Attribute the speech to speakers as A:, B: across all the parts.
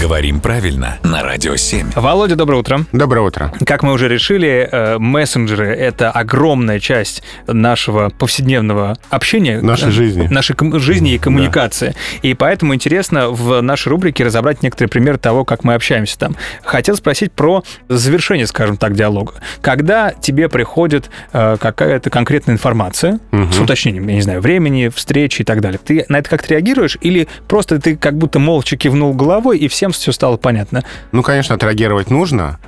A: Говорим правильно на Радио 7.
B: Володя, доброе утро.
C: Доброе утро.
B: Как мы уже решили, э, мессенджеры — это огромная часть нашего повседневного общения.
C: Нашей
B: Э,
C: жизни.
B: Нашей ком- жизни и коммуникации. И поэтому интересно в нашей рубрике разобрать некоторые примеры того, как мы общаемся там. Хотел спросить про завершение, скажем так, диалога. Когда тебе приходит э, какая-то конкретная информация, с уточнением, я не знаю, времени, встречи и так далее, ты на это как-то реагируешь или просто ты как будто молча кивнул головой и всем все стало понятно?
C: Ну, конечно, отреагировать нужно,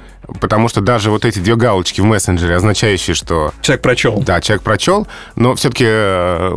C: потому что даже вот эти две галочки в мессенджере, означающие, что
B: Человек прочел.
C: да, человек прочел, но все-таки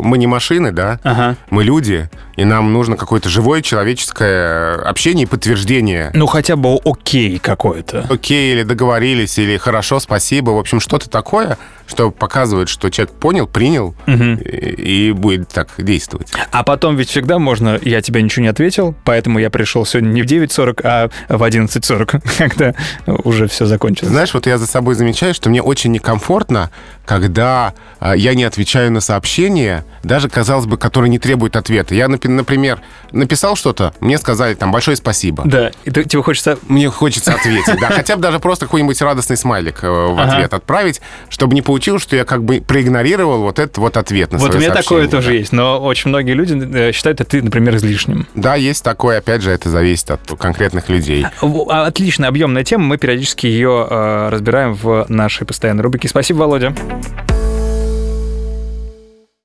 C: мы не машины, да,
B: Ага.
C: мы люди, и нам нужно какое-то живое человеческое э, общение и подтверждение.
B: Ну, хотя бы окей какое-то.
C: Окей, или договорились, или хорошо, спасибо. В общем, что-то такое, что показывает, что человек понял, принял
B: Мгм.
C: и и будет так действовать.
B: А потом ведь всегда можно, я тебе ничего не ответил, поэтому я пришел сегодня не в 9.40, а в 11.40, когда уже все
C: Ты
B: закончилось.
C: знаешь, вот я за собой замечаю, что мне очень некомфортно, когда а, я не отвечаю на сообщения, даже, казалось бы, которые не требуют ответа. Я, напи- например, написал что-то, мне сказали там «большое спасибо».
B: Да, и ты- тебе хочется...
C: Мне хочется ответить, да, хотя бы даже просто какой-нибудь радостный смайлик э, в
B: Ага.
C: ответ отправить, чтобы не получилось, что я как бы проигнорировал вот этот вот ответ на
B: вот у
C: свое
B: меня такое
C: сообщение, да.
B: тоже есть, но очень многие люди э, считают это, например, излишним.
C: Да, есть такое, опять же, это зависит от конкретных людей.
B: В- а, Отлично, объемная тема, мы периодически ее э, разбираем в нашей постоянной рубрике. Спасибо, Володя.